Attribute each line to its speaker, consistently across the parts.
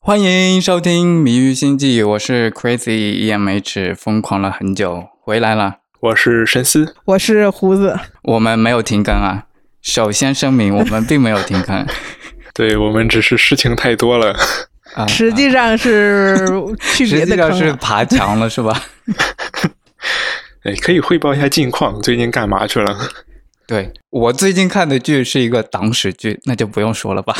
Speaker 1: 欢迎收听《谜语星际》，我是 Crazy EMH，疯狂了很久，回来了。
Speaker 2: 我是神思，
Speaker 3: 我是胡子，
Speaker 1: 我们没有停更啊！首先声明，我们并没有停更
Speaker 2: 对我们只是事情太多了，
Speaker 1: 啊，
Speaker 3: 实际上是 去
Speaker 1: 实
Speaker 3: 别
Speaker 1: 际
Speaker 3: 的
Speaker 1: 上
Speaker 2: 啊
Speaker 3: 坑
Speaker 1: 是
Speaker 3: 了。
Speaker 1: 爬墙了，是吧？
Speaker 2: 哎，可以汇报一下近况，最近干嘛去了？
Speaker 1: 对我最近看的剧是一个党史剧，那就不用说了吧，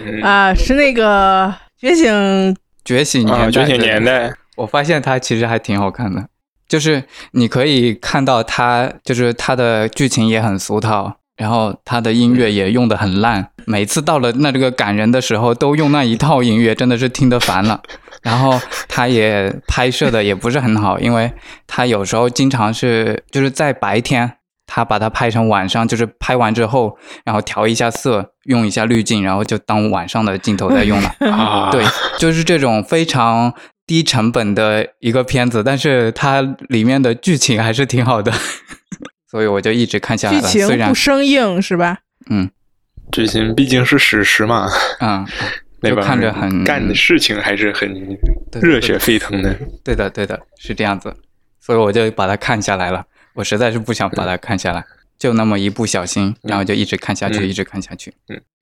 Speaker 1: 《
Speaker 3: 啊，是那个觉醒
Speaker 1: 觉醒年代》
Speaker 2: 啊，觉醒
Speaker 1: 对
Speaker 2: 年代，
Speaker 1: 我发现它其实还挺好看的，就是你可以看到它，就是它的剧情也很俗套，然后它的音乐也用的很烂，每次到了那这个感人的时候，都用那一套音乐，真的是听得烦了。然后它也拍摄的也不是很好，因为它有时候经常是就是在白天。它把它拍成晚上，就是拍完之后，然后调一下色，用一下滤镜，然后就当晚上的镜头再用了。
Speaker 2: 啊，
Speaker 1: 对，就是这种非常低成本的一个片子，但是它里面的剧情还是挺好的， 所以我就一直看下来
Speaker 3: 剧
Speaker 1: 了。虽
Speaker 3: 情
Speaker 1: 然
Speaker 3: 不生硬是吧？
Speaker 2: 最近毕竟是史实嘛，
Speaker 1: 嗯，
Speaker 2: 那
Speaker 1: 就
Speaker 2: 帮
Speaker 1: 看着
Speaker 2: 人
Speaker 1: 很
Speaker 2: 干的事情还是很
Speaker 1: 对
Speaker 2: 热血沸腾的。
Speaker 1: 对的，对的，是这样子，所以我就把它看下来了。我实在是不想把它看下来，就那么一不小心，然后就一直看下去，
Speaker 2: 嗯
Speaker 1: 一直看下去。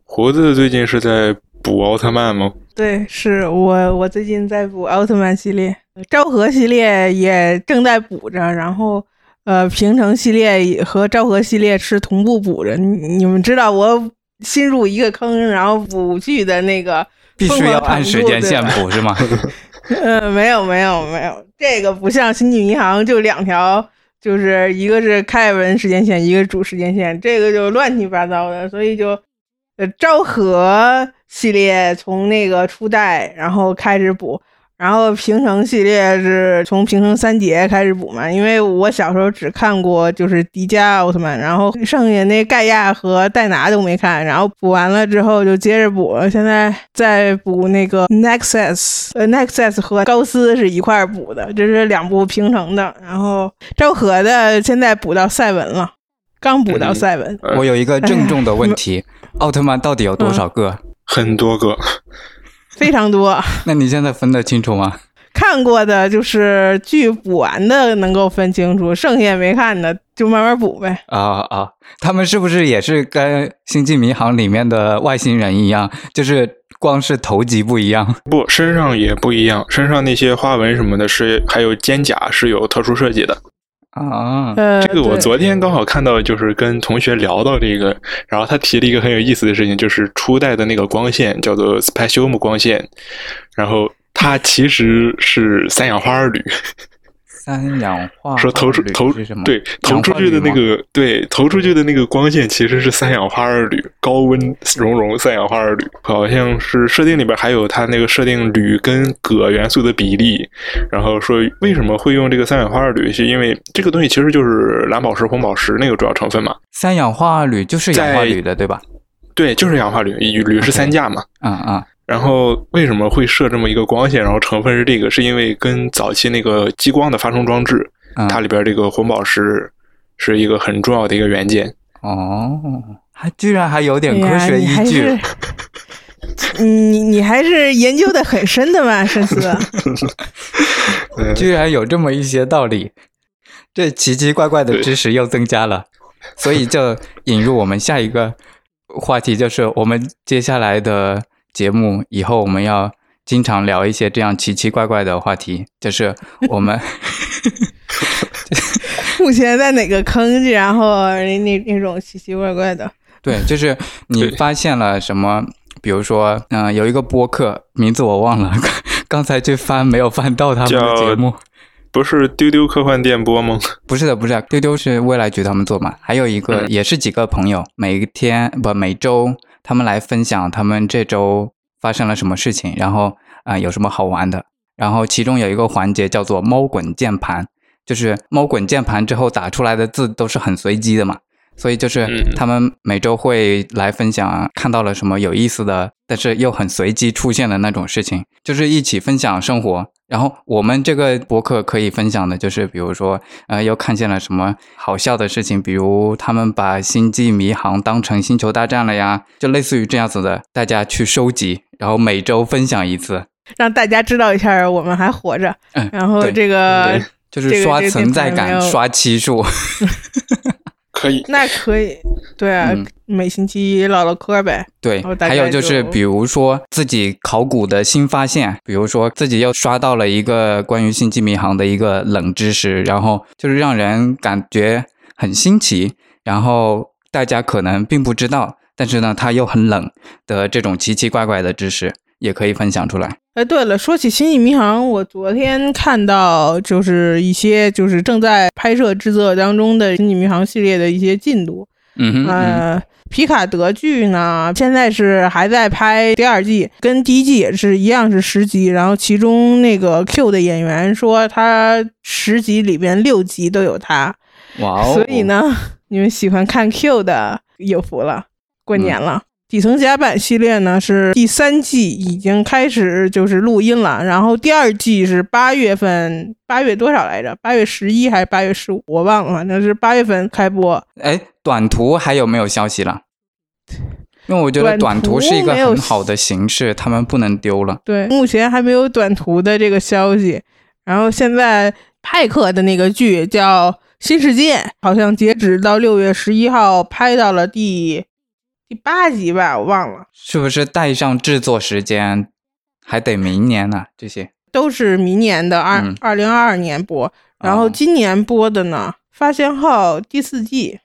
Speaker 2: 胡子最近是在补奥特曼吗？
Speaker 3: 对，是我我最近在补奥特曼系列，昭和系列也正在补着，然后呃，平成系列也和昭和系列是同步补着。你你们知道我新入一个坑，然后补剧的那个
Speaker 1: 必须要
Speaker 3: 疯狂
Speaker 1: 按时
Speaker 3: 程度
Speaker 1: 间
Speaker 3: 对
Speaker 1: 线
Speaker 3: 吧
Speaker 1: 补是吗？
Speaker 3: 嗯，没有没有没有，这个不像《星际迷航》，就两条，就是一个是开尔文时间线，一个是主时间线，这个就乱七八糟的，所以就，呃，昭和系列从那个初代然后开始补，然后平成系列是从平成三杰开始补嘛，因为我小时候只看过就是迪迦奥特曼，然后剩下那盖亚和戴拿都没看，然后补完了之后就接着补，现在在补那个 Nexus，呃 Nexus 和高斯是一块儿补的，这是两部平成的，然后昭和的现在补到赛文了，刚补到
Speaker 2: 嗯
Speaker 3: 赛文，
Speaker 2: 呃
Speaker 1: 我有一个郑重的问题：奥特曼到底有多少个？
Speaker 2: 很多个，
Speaker 3: 非常多。
Speaker 1: 那你现在分得清楚吗？
Speaker 3: 看过的就是剧补完的能够分清楚，剩下没看的就慢慢补呗。
Speaker 1: 啊啊！他们是不是也是跟《星际迷航》里面的外星人一样，就是光是头级不一样？
Speaker 2: 不，身上也不一样，身上那些花纹什么的是，还有肩甲是有特殊设计的。
Speaker 1: 啊，
Speaker 3: 呃，
Speaker 2: 这个我
Speaker 3: 对
Speaker 2: 昨天刚好看到，就是跟同学聊到这个，然后他提了一个很有意思的事情，就是初代的那个光线叫做 Specium 光线，然后它其实是三氧化二铝，
Speaker 1: 三氧化
Speaker 2: 说投出
Speaker 1: 二铝
Speaker 2: 投
Speaker 1: 啊是什么？
Speaker 2: 对投出去的那个对投出
Speaker 1: 嗯
Speaker 2: 去的那个光线其实是三氧化二铝，高温熔融三氧化二铝，好像是设定里边还有它那个设定铝跟铬元素的比例，然后说为什么会用这个三氧化二铝，是因为这个东西其实就是蓝宝石、红宝石那个主要成分嘛。
Speaker 1: 三氧化二铝就是氧化铝的，对吧？
Speaker 2: 对，就是氧化铝，铝铝是三价嘛。
Speaker 1: 嗯嗯
Speaker 2: 然后为什么会设这么一个光线？然后成分是这个，是因为跟早期那个激光的发生装置，
Speaker 1: 嗯，
Speaker 2: 它里边这个红宝石是一个很重要的一个元件。
Speaker 1: 哦，还居然还有点
Speaker 3: 哎呀
Speaker 1: 科学
Speaker 3: 你还
Speaker 1: 依据
Speaker 3: 是，你你还是研究的很深的嘛， 深思。啊
Speaker 2: 嗯，
Speaker 1: 居然有这么一些道理，这奇奇怪怪的知识又增加了，所以就引入我们下一个话题，就是我们接下来的节目以后我们要经常聊一些这样奇奇怪怪的话题，就是我们
Speaker 3: 目前在哪个坑？然后那那那种奇奇怪怪的，
Speaker 1: 对，就是你
Speaker 2: 对
Speaker 1: 发现了什么，比如说，嗯、有一个播客名字我忘了，刚才去翻没有翻到他们的
Speaker 2: 叫
Speaker 1: 节目。
Speaker 2: 不是丢丢科幻电波吗？
Speaker 1: 不是的，不是的，啊丢丢是未来局他们做嘛，还有一个
Speaker 2: 嗯
Speaker 1: 也是几个朋友，每天不每周他们来分享他们这周发生了什么事情，然后啊、呃有什么好玩的，然后其中有一个环节叫做猫滚键盘，就是猫滚键盘之后打出来的字都是很随机的嘛，所以就是
Speaker 2: 嗯
Speaker 1: 他们每周会来分享看到了什么有意思的，但是又很随机出现的那种事情，就是一起分享生活。然后我们这个博客可以分享的就是，比如说，呃，又看见了什么好笑的事情，比如他们把《星际迷航》当成《星球大战》了呀，就类似于这样子的，大家去收集，然后每周分享一次，
Speaker 3: 让大家知道一下我们还活着。
Speaker 1: 嗯
Speaker 3: 然后
Speaker 1: 对
Speaker 3: 这个
Speaker 2: 对
Speaker 1: 就是刷
Speaker 3: 这个这个
Speaker 1: 存在
Speaker 3: 电
Speaker 1: 感、
Speaker 3: 台没有
Speaker 1: 刷期数。
Speaker 2: 可以，
Speaker 3: 那可以，对啊，
Speaker 1: 嗯
Speaker 3: 每星期一唠唠嗑呗。
Speaker 1: 对
Speaker 3: 然后，大
Speaker 1: 还有
Speaker 3: 概
Speaker 1: 就，
Speaker 3: 就是
Speaker 1: 比如说自己考古的新发现，比如说自己又刷到了一个关于星际迷航的一个冷知识，然后就是让人感觉很新奇，然后大家可能并不知道，但是呢，它又很冷的这种奇奇怪怪的知识，也可以分享出来。
Speaker 3: 哎，对了，说起《星际迷航》，我昨天看到就是一些就是正在拍摄制作当中的《星际迷航》系列的一些进度。
Speaker 1: 嗯哼，嗯
Speaker 3: 呃，皮卡德剧呢，现在是还在拍第二季，跟第一季也是一样是十集。然后其中那个 Q 的演员说，他十集里边六集都有他，
Speaker 1: 哇哦！
Speaker 3: 所以，呢， 你们喜欢看 Q 的有福了，过年了。底层甲板系列呢是第三季已经开始就是录音了，然后第二季是八月份，八月多少来着？八月十一还是八月十五？我忘了，反正是八月份开播。
Speaker 1: 哎，短途还有没有消息了？因为我觉得短
Speaker 3: 短
Speaker 1: 途
Speaker 3: 途
Speaker 1: 是一个
Speaker 3: 没有
Speaker 1: 很好的形式，他们不能丢了。
Speaker 3: 对，目前还没有短途的这个消息。然后现在派克的那个剧叫《新世界》，好像截止到六月十一号拍到了第第八集吧，我忘了，
Speaker 1: 是不是带上制作时间，还得明年呢、这些
Speaker 3: 都是明年的二
Speaker 1: 嗯
Speaker 3: 二零二二年播。然后
Speaker 1: 哦
Speaker 3: 今年播的呢，发现号》第四季，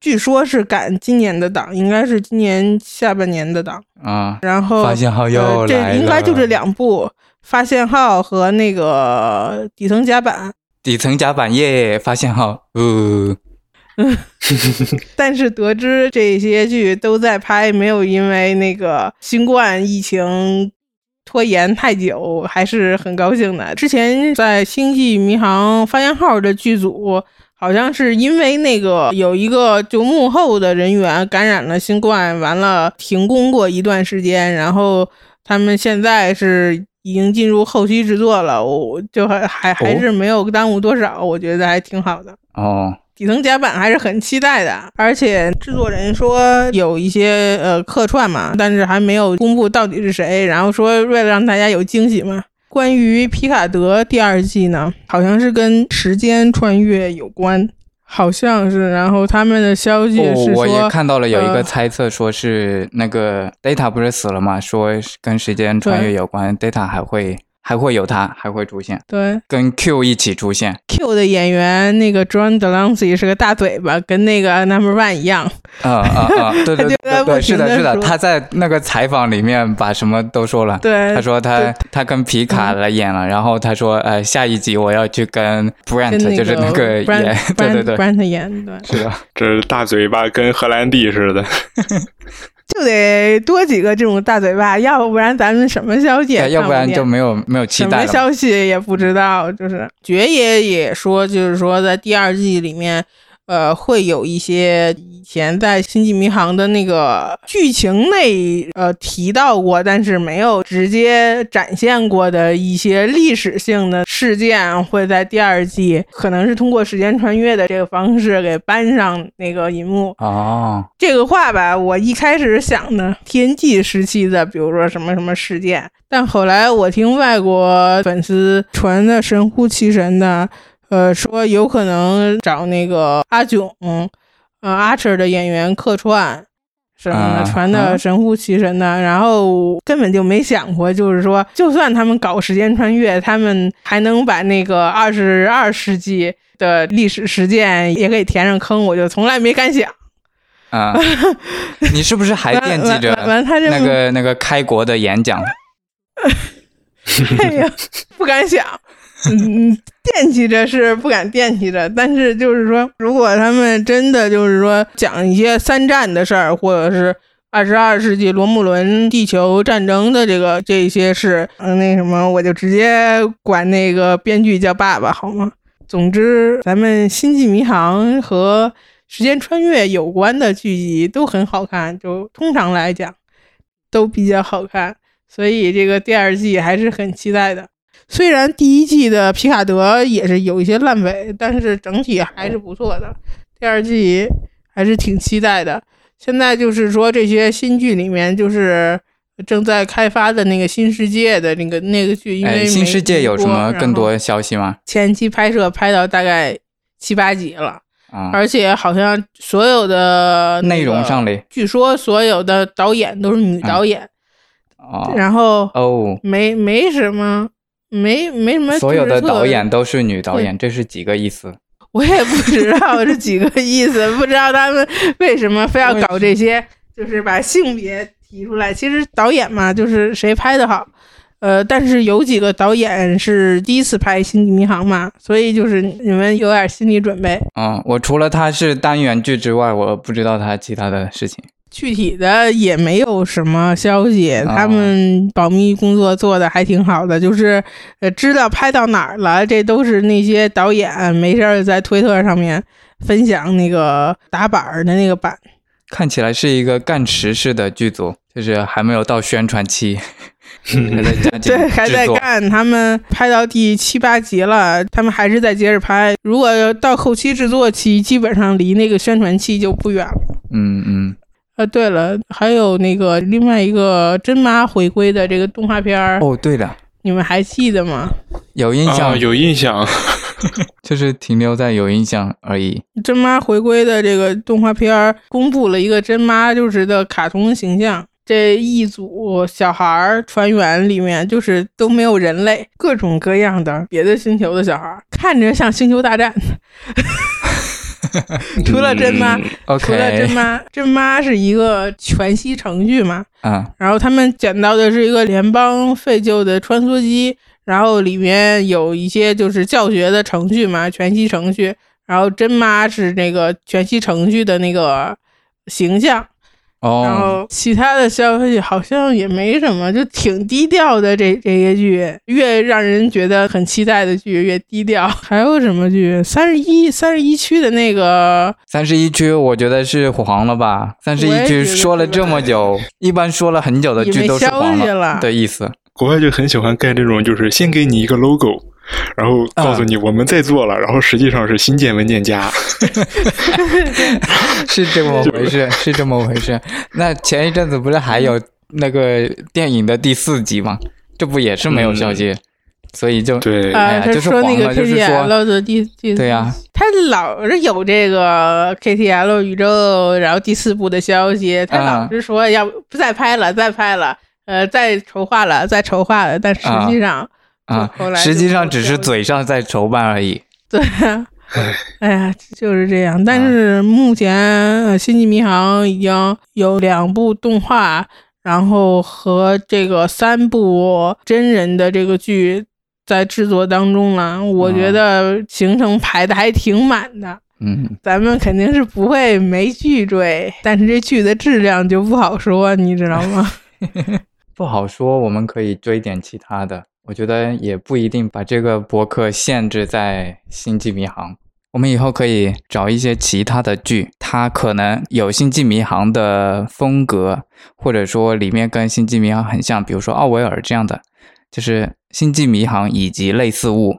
Speaker 3: 据说是赶今年的档，应该是今年下半年的档。
Speaker 1: 啊、
Speaker 3: 然后
Speaker 1: 发现号又来
Speaker 3: 呃，这应该就
Speaker 1: 了
Speaker 3: 这两部《发现号》和那个《底层甲板》。
Speaker 1: 底层甲板耶，发现号，呃，
Speaker 3: 但是得知这些剧都在拍，没有因为那个新冠疫情拖延太久，还是很高兴的。之前在《星际迷航》发现号的剧组，好像是因为那个有一个就幕后的人员感染了新冠，完了停工过一段时间，然后他们现在是。已经进入后期制作了，我就还还还是没有耽误多少，我觉得还挺好的。
Speaker 1: 哦，
Speaker 3: 底层甲板还是很期待的，而且制作人说有一些呃客串嘛，但是还没有公布到底是谁。然后说为了让大家有惊喜嘛。关于皮卡德第二季呢，好像是跟时间穿越有关，好像是。然后他们的消息
Speaker 1: 哦
Speaker 3: 是说，
Speaker 1: 我也看到了有一个
Speaker 3: 呃
Speaker 1: 猜测，说是那个 Data 不是死了嘛，说是跟时间穿越有关，Data 还会还会有他，还会出现，
Speaker 3: 对
Speaker 1: 跟 Q 一起出现
Speaker 3: Q 的演员那个 John Delancey 是个大嘴巴，跟那个 Number One 一样。
Speaker 1: 啊啊啊！对对
Speaker 3: 他就在
Speaker 1: 对
Speaker 3: 不
Speaker 1: 对，是
Speaker 3: 停
Speaker 1: 的，
Speaker 3: 地
Speaker 1: 是的，
Speaker 3: 说
Speaker 1: 他在那个采访里面把什么都说了。
Speaker 3: 呃对，
Speaker 1: 他说他他跟皮卡来演了，然后他说呃下一集我要去跟 Brent，
Speaker 3: 跟那
Speaker 1: 就是那个
Speaker 3: Brand
Speaker 1: 演， 对对
Speaker 3: Brand
Speaker 1: 对，
Speaker 3: Brand 演对。
Speaker 1: 是的，
Speaker 2: 这大嘴巴跟荷兰弟似的，
Speaker 3: 就得多几个这种大嘴巴，要不然咱们什么消息也
Speaker 1: 哎对要不
Speaker 3: 看
Speaker 1: 然
Speaker 3: 见
Speaker 1: 就没有没有期
Speaker 3: 什
Speaker 1: 待
Speaker 3: 么
Speaker 1: 了嘛。
Speaker 3: 消息也不知道。就是爵爷也说，就是说在第二季里面，呃，会有一些以前在《星际迷航》的那个剧情内呃提到过，但是没有直接展现过的一些历史性的事件，会在第二季可能是通过时间穿越的这个方式给搬上那个银幕。
Speaker 1: 哦，
Speaker 3: 这个话吧，我一开始想的 TNG 时期的，比如说什么什么事件，但后来我听外国粉丝传的神乎其神的，呃，说有可能找那个阿囧，嗯、呃、，Archer 的演员客串什么
Speaker 1: 啊
Speaker 3: 的，传
Speaker 1: 啊
Speaker 3: 的神乎其神的，然后根本就没想过，就是说，就算他们搞时间穿越，他们还能把那个二十二世纪的历史事件也给填上坑，我就从来没敢想。
Speaker 1: 啊，你是不是还惦记着
Speaker 3: 完完完他这
Speaker 1: 那个那个开国的演讲？
Speaker 3: 哎呀，不敢想。嗯，惦记着是不敢惦记着，但是就是说，如果他们真的就是说讲一些三战的事儿，或者是二十二世纪罗姆伦地球战争的这个这些事，嗯，那什么，我就直接管那个编剧叫爸爸好吗？总之，咱们《星际迷航》和时间穿越有关的剧集都很好看，就通常来讲都比较好看。所以这个第二季还是很期待的。虽然第一季的皮卡德也是有一些烂尾，但是整体还是不错的。第二季还是挺期待的。现在就是说这些新剧里面，就是正在开发的那个新世界的那个那个剧，因为
Speaker 1: 哎，新世界有什么更
Speaker 3: 多？
Speaker 1: 多
Speaker 3: 然后
Speaker 1: 消息吗？
Speaker 3: 前期拍摄拍到大概七八集了，
Speaker 1: 啊，
Speaker 3: 而且好像所有的那个
Speaker 1: 内容上嘞，
Speaker 3: 据说所有的导演都是女导演，
Speaker 1: 哦
Speaker 3: 然后
Speaker 1: 哦，
Speaker 3: 没没什么，没没什么。
Speaker 1: 所有的导演，都是女导演，这是几个意思？
Speaker 3: 我也不知道这几个意思，不知道他们为什么非要搞这些，
Speaker 1: 嗯
Speaker 3: 就是把性别提出来。其实导演嘛，就是谁拍的好。呃，但是有几个导演是第一次拍《星际迷航》嘛，所以就是你们有点心理准备。
Speaker 1: 嗯，我除了他是单元剧之外，我不知道他其他的事情。
Speaker 3: 具体的也没有什么消息，
Speaker 1: 哦
Speaker 3: 他们保密工作做的还挺好的，就是呃知道拍到哪儿了，这都是那些导演没事儿在推特上面分享那个打板儿的那 个版。
Speaker 1: 看起来是一个干实事的剧组，就是还没有到宣传 期，还在加紧
Speaker 3: 对，还在
Speaker 1: 制作。
Speaker 3: 干。他们拍到第七八集了，他们还是在接着拍。如果到后期制作期，基本上离那个宣传期就不远了。
Speaker 1: 嗯嗯，
Speaker 3: 呃，对了，还有那个另外一个真妈回归的这个动画片儿，
Speaker 1: 哦，对的，
Speaker 3: 你们还记得吗？
Speaker 1: 有印象，
Speaker 2: 啊，有印象，
Speaker 1: 就是停留在有印象而已。
Speaker 3: 真妈回归的这个动画片儿公布了一个真妈就是的卡通形象。这一组小孩儿船员里面，就是都没有人类，各种各样的别的星球的小孩儿，看着像《星球大战》。除了真妈，
Speaker 2: 嗯
Speaker 3: 除了真
Speaker 1: OK，
Speaker 3: 妈， 真妈是一个全息程序嘛，
Speaker 1: 啊，
Speaker 3: 然后他们捡到的是一个联邦废旧的穿梭机，然后里面有一些就是教学的程序嘛，全息程序。然后真妈是那个全息程序的那个形象，然
Speaker 1: 哦，
Speaker 3: 后其他的消息好像也没什么，就挺低调的这。这些剧越让人觉得很期待的剧越低调。 还有什么剧？三十一三十一区的那个
Speaker 1: 三十一区我觉得是黄了吧？三十
Speaker 3: 我也
Speaker 1: 一
Speaker 3: 觉得
Speaker 1: 区
Speaker 3: 是
Speaker 1: 说了这么久，一般说了很久的
Speaker 3: 也
Speaker 1: 剧
Speaker 3: 没
Speaker 1: 都是
Speaker 3: 消
Speaker 1: 黄
Speaker 3: 息
Speaker 1: 了
Speaker 3: 了，
Speaker 1: 的意思。
Speaker 2: 国外就很喜欢干这种，就是先给你一个 logo，然后告诉你我们在做了，
Speaker 1: 嗯
Speaker 2: 然后实际上是新建文 件夹。
Speaker 1: 是这么回 事，是这么回事。那前一阵子不是还有那个电影的第四集吗？这不也是没有消
Speaker 2: 嗯
Speaker 1: 息，所以就
Speaker 2: 对，
Speaker 1: 哎
Speaker 3: 啊，
Speaker 1: 呀
Speaker 3: 他
Speaker 1: 就是
Speaker 3: 说那
Speaker 1: 黄
Speaker 3: 个
Speaker 1: 了就是
Speaker 3: KTL
Speaker 1: 说
Speaker 3: 的第 第
Speaker 1: 对呀
Speaker 3: 他老是有这个 KTL 宇宙，然后第四部的消息，他老
Speaker 1: 啊
Speaker 3: 是说要不再拍了，再拍了，呃，再筹划了，再筹划了，但实际上
Speaker 1: 啊
Speaker 3: 后， 来就
Speaker 1: 实际上
Speaker 3: 没有
Speaker 1: 只
Speaker 3: 消
Speaker 1: 是
Speaker 3: 息
Speaker 1: 嘴上在筹办而已。
Speaker 3: 对啊，哎呀，就是这
Speaker 1: 啊
Speaker 3: 样。但是目前呃《星际迷航》已经有两部动画，然后和这个三部真人的这个剧在制作当中了。我
Speaker 1: 啊
Speaker 3: 觉得行程排的还挺满的。
Speaker 1: 嗯，
Speaker 3: 咱们肯定是不会没剧 追，但是这剧的质量就不好说，你知道吗？
Speaker 1: 不好说，我们可以追点其他的。我觉得也不一定把这个博客限制在《星际迷航》，我们以后可以找一些其他的剧，它可能有《星际迷航》的风格，或者说里面跟《星际迷航》很像，比如说奥维尔这样的，就是《星际迷航》以及类似物，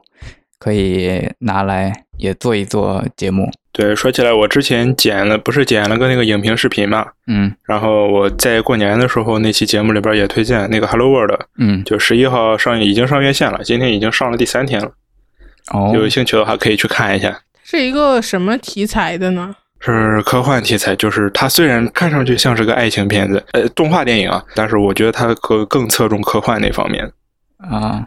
Speaker 1: 可以拿来也做一做节目。
Speaker 2: 对，说起来，我之前剪了，不是剪了个那个影评视频嘛，
Speaker 1: 嗯
Speaker 2: 然后我在过年的时候那期节目里边也推荐那个 Hello World，
Speaker 1: 嗯，
Speaker 2: 就十一号上已经上院线了，今天已经上了第三天了，
Speaker 1: 哦，
Speaker 2: 有兴趣的话可以去看一下。
Speaker 3: 是一个什么题材的呢？
Speaker 2: 是科幻题材，就是它虽然看上去像是个爱情片子，呃，动画电影啊，但是我觉得它更更侧重科幻那方面。
Speaker 1: 啊，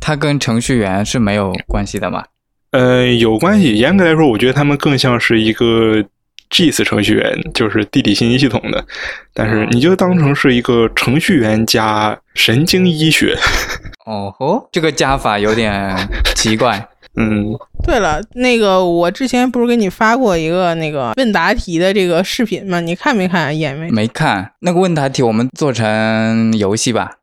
Speaker 1: 它跟程序员是没有关系的嘛？
Speaker 2: 呃，有关系，严格来说，我觉得他们更像是一个 GIS 程序员，就是地理信息系统的，但是你就当成是一个程序员加神经医学，
Speaker 1: 哦吼，这个加法有点奇怪。
Speaker 2: 嗯，
Speaker 3: 对了，那个我之前不是给你发过一个那个问答题的这个视频吗？你看没看？演没？
Speaker 1: 没看那个问答题，我们做成游戏吧，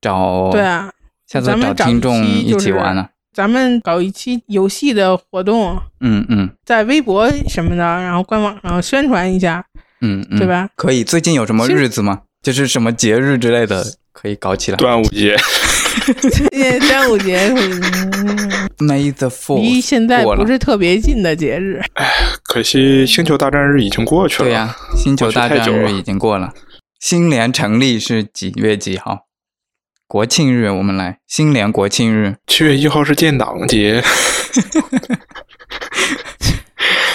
Speaker 1: 找
Speaker 3: 对，啊，
Speaker 1: 下次
Speaker 3: 咱们找
Speaker 1: 听众
Speaker 3: 一期就
Speaker 1: 一起
Speaker 3: 是
Speaker 1: 玩了。
Speaker 3: 咱们搞一期游戏的活动，
Speaker 1: 嗯嗯
Speaker 3: 在微博什么的，然后官网上宣传一下，
Speaker 1: 嗯嗯，
Speaker 3: 对？ 吧？
Speaker 1: 可以，最近有什么
Speaker 3: 其实
Speaker 1: 日子吗？就是什么节日之类的，可以搞起来。
Speaker 2: 端午节。
Speaker 3: 最近端午节嗯
Speaker 1: May the
Speaker 3: 离
Speaker 1: Fourth
Speaker 3: 现在
Speaker 1: 过了
Speaker 3: 不是特别近的节 日，
Speaker 2: 可惜星球大战日已经过去了。
Speaker 1: 对呀、星球大
Speaker 2: 我去太
Speaker 1: 战
Speaker 2: 久了
Speaker 1: 日已经过了，新联成立是几月几号？国庆日，我们来新联国庆日，
Speaker 2: 七月一号是建党节，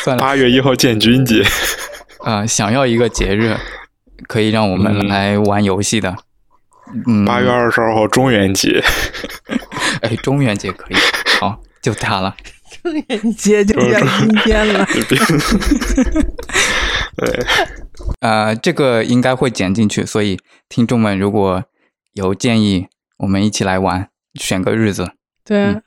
Speaker 1: 算了，
Speaker 2: 八月一号建军节。
Speaker 1: 呃，想要一个节日可以让我们
Speaker 2: 嗯
Speaker 1: 来玩游戏的，嗯，
Speaker 2: 八月二十二号中元节，
Speaker 1: 哎，中元节可以，好，就它了。
Speaker 3: 你接就像今天 了。
Speaker 2: 对，
Speaker 1: 呃，这个应该会剪进去，所以听众们如果有建议，我们一起来玩，选个日子。
Speaker 3: 对啊，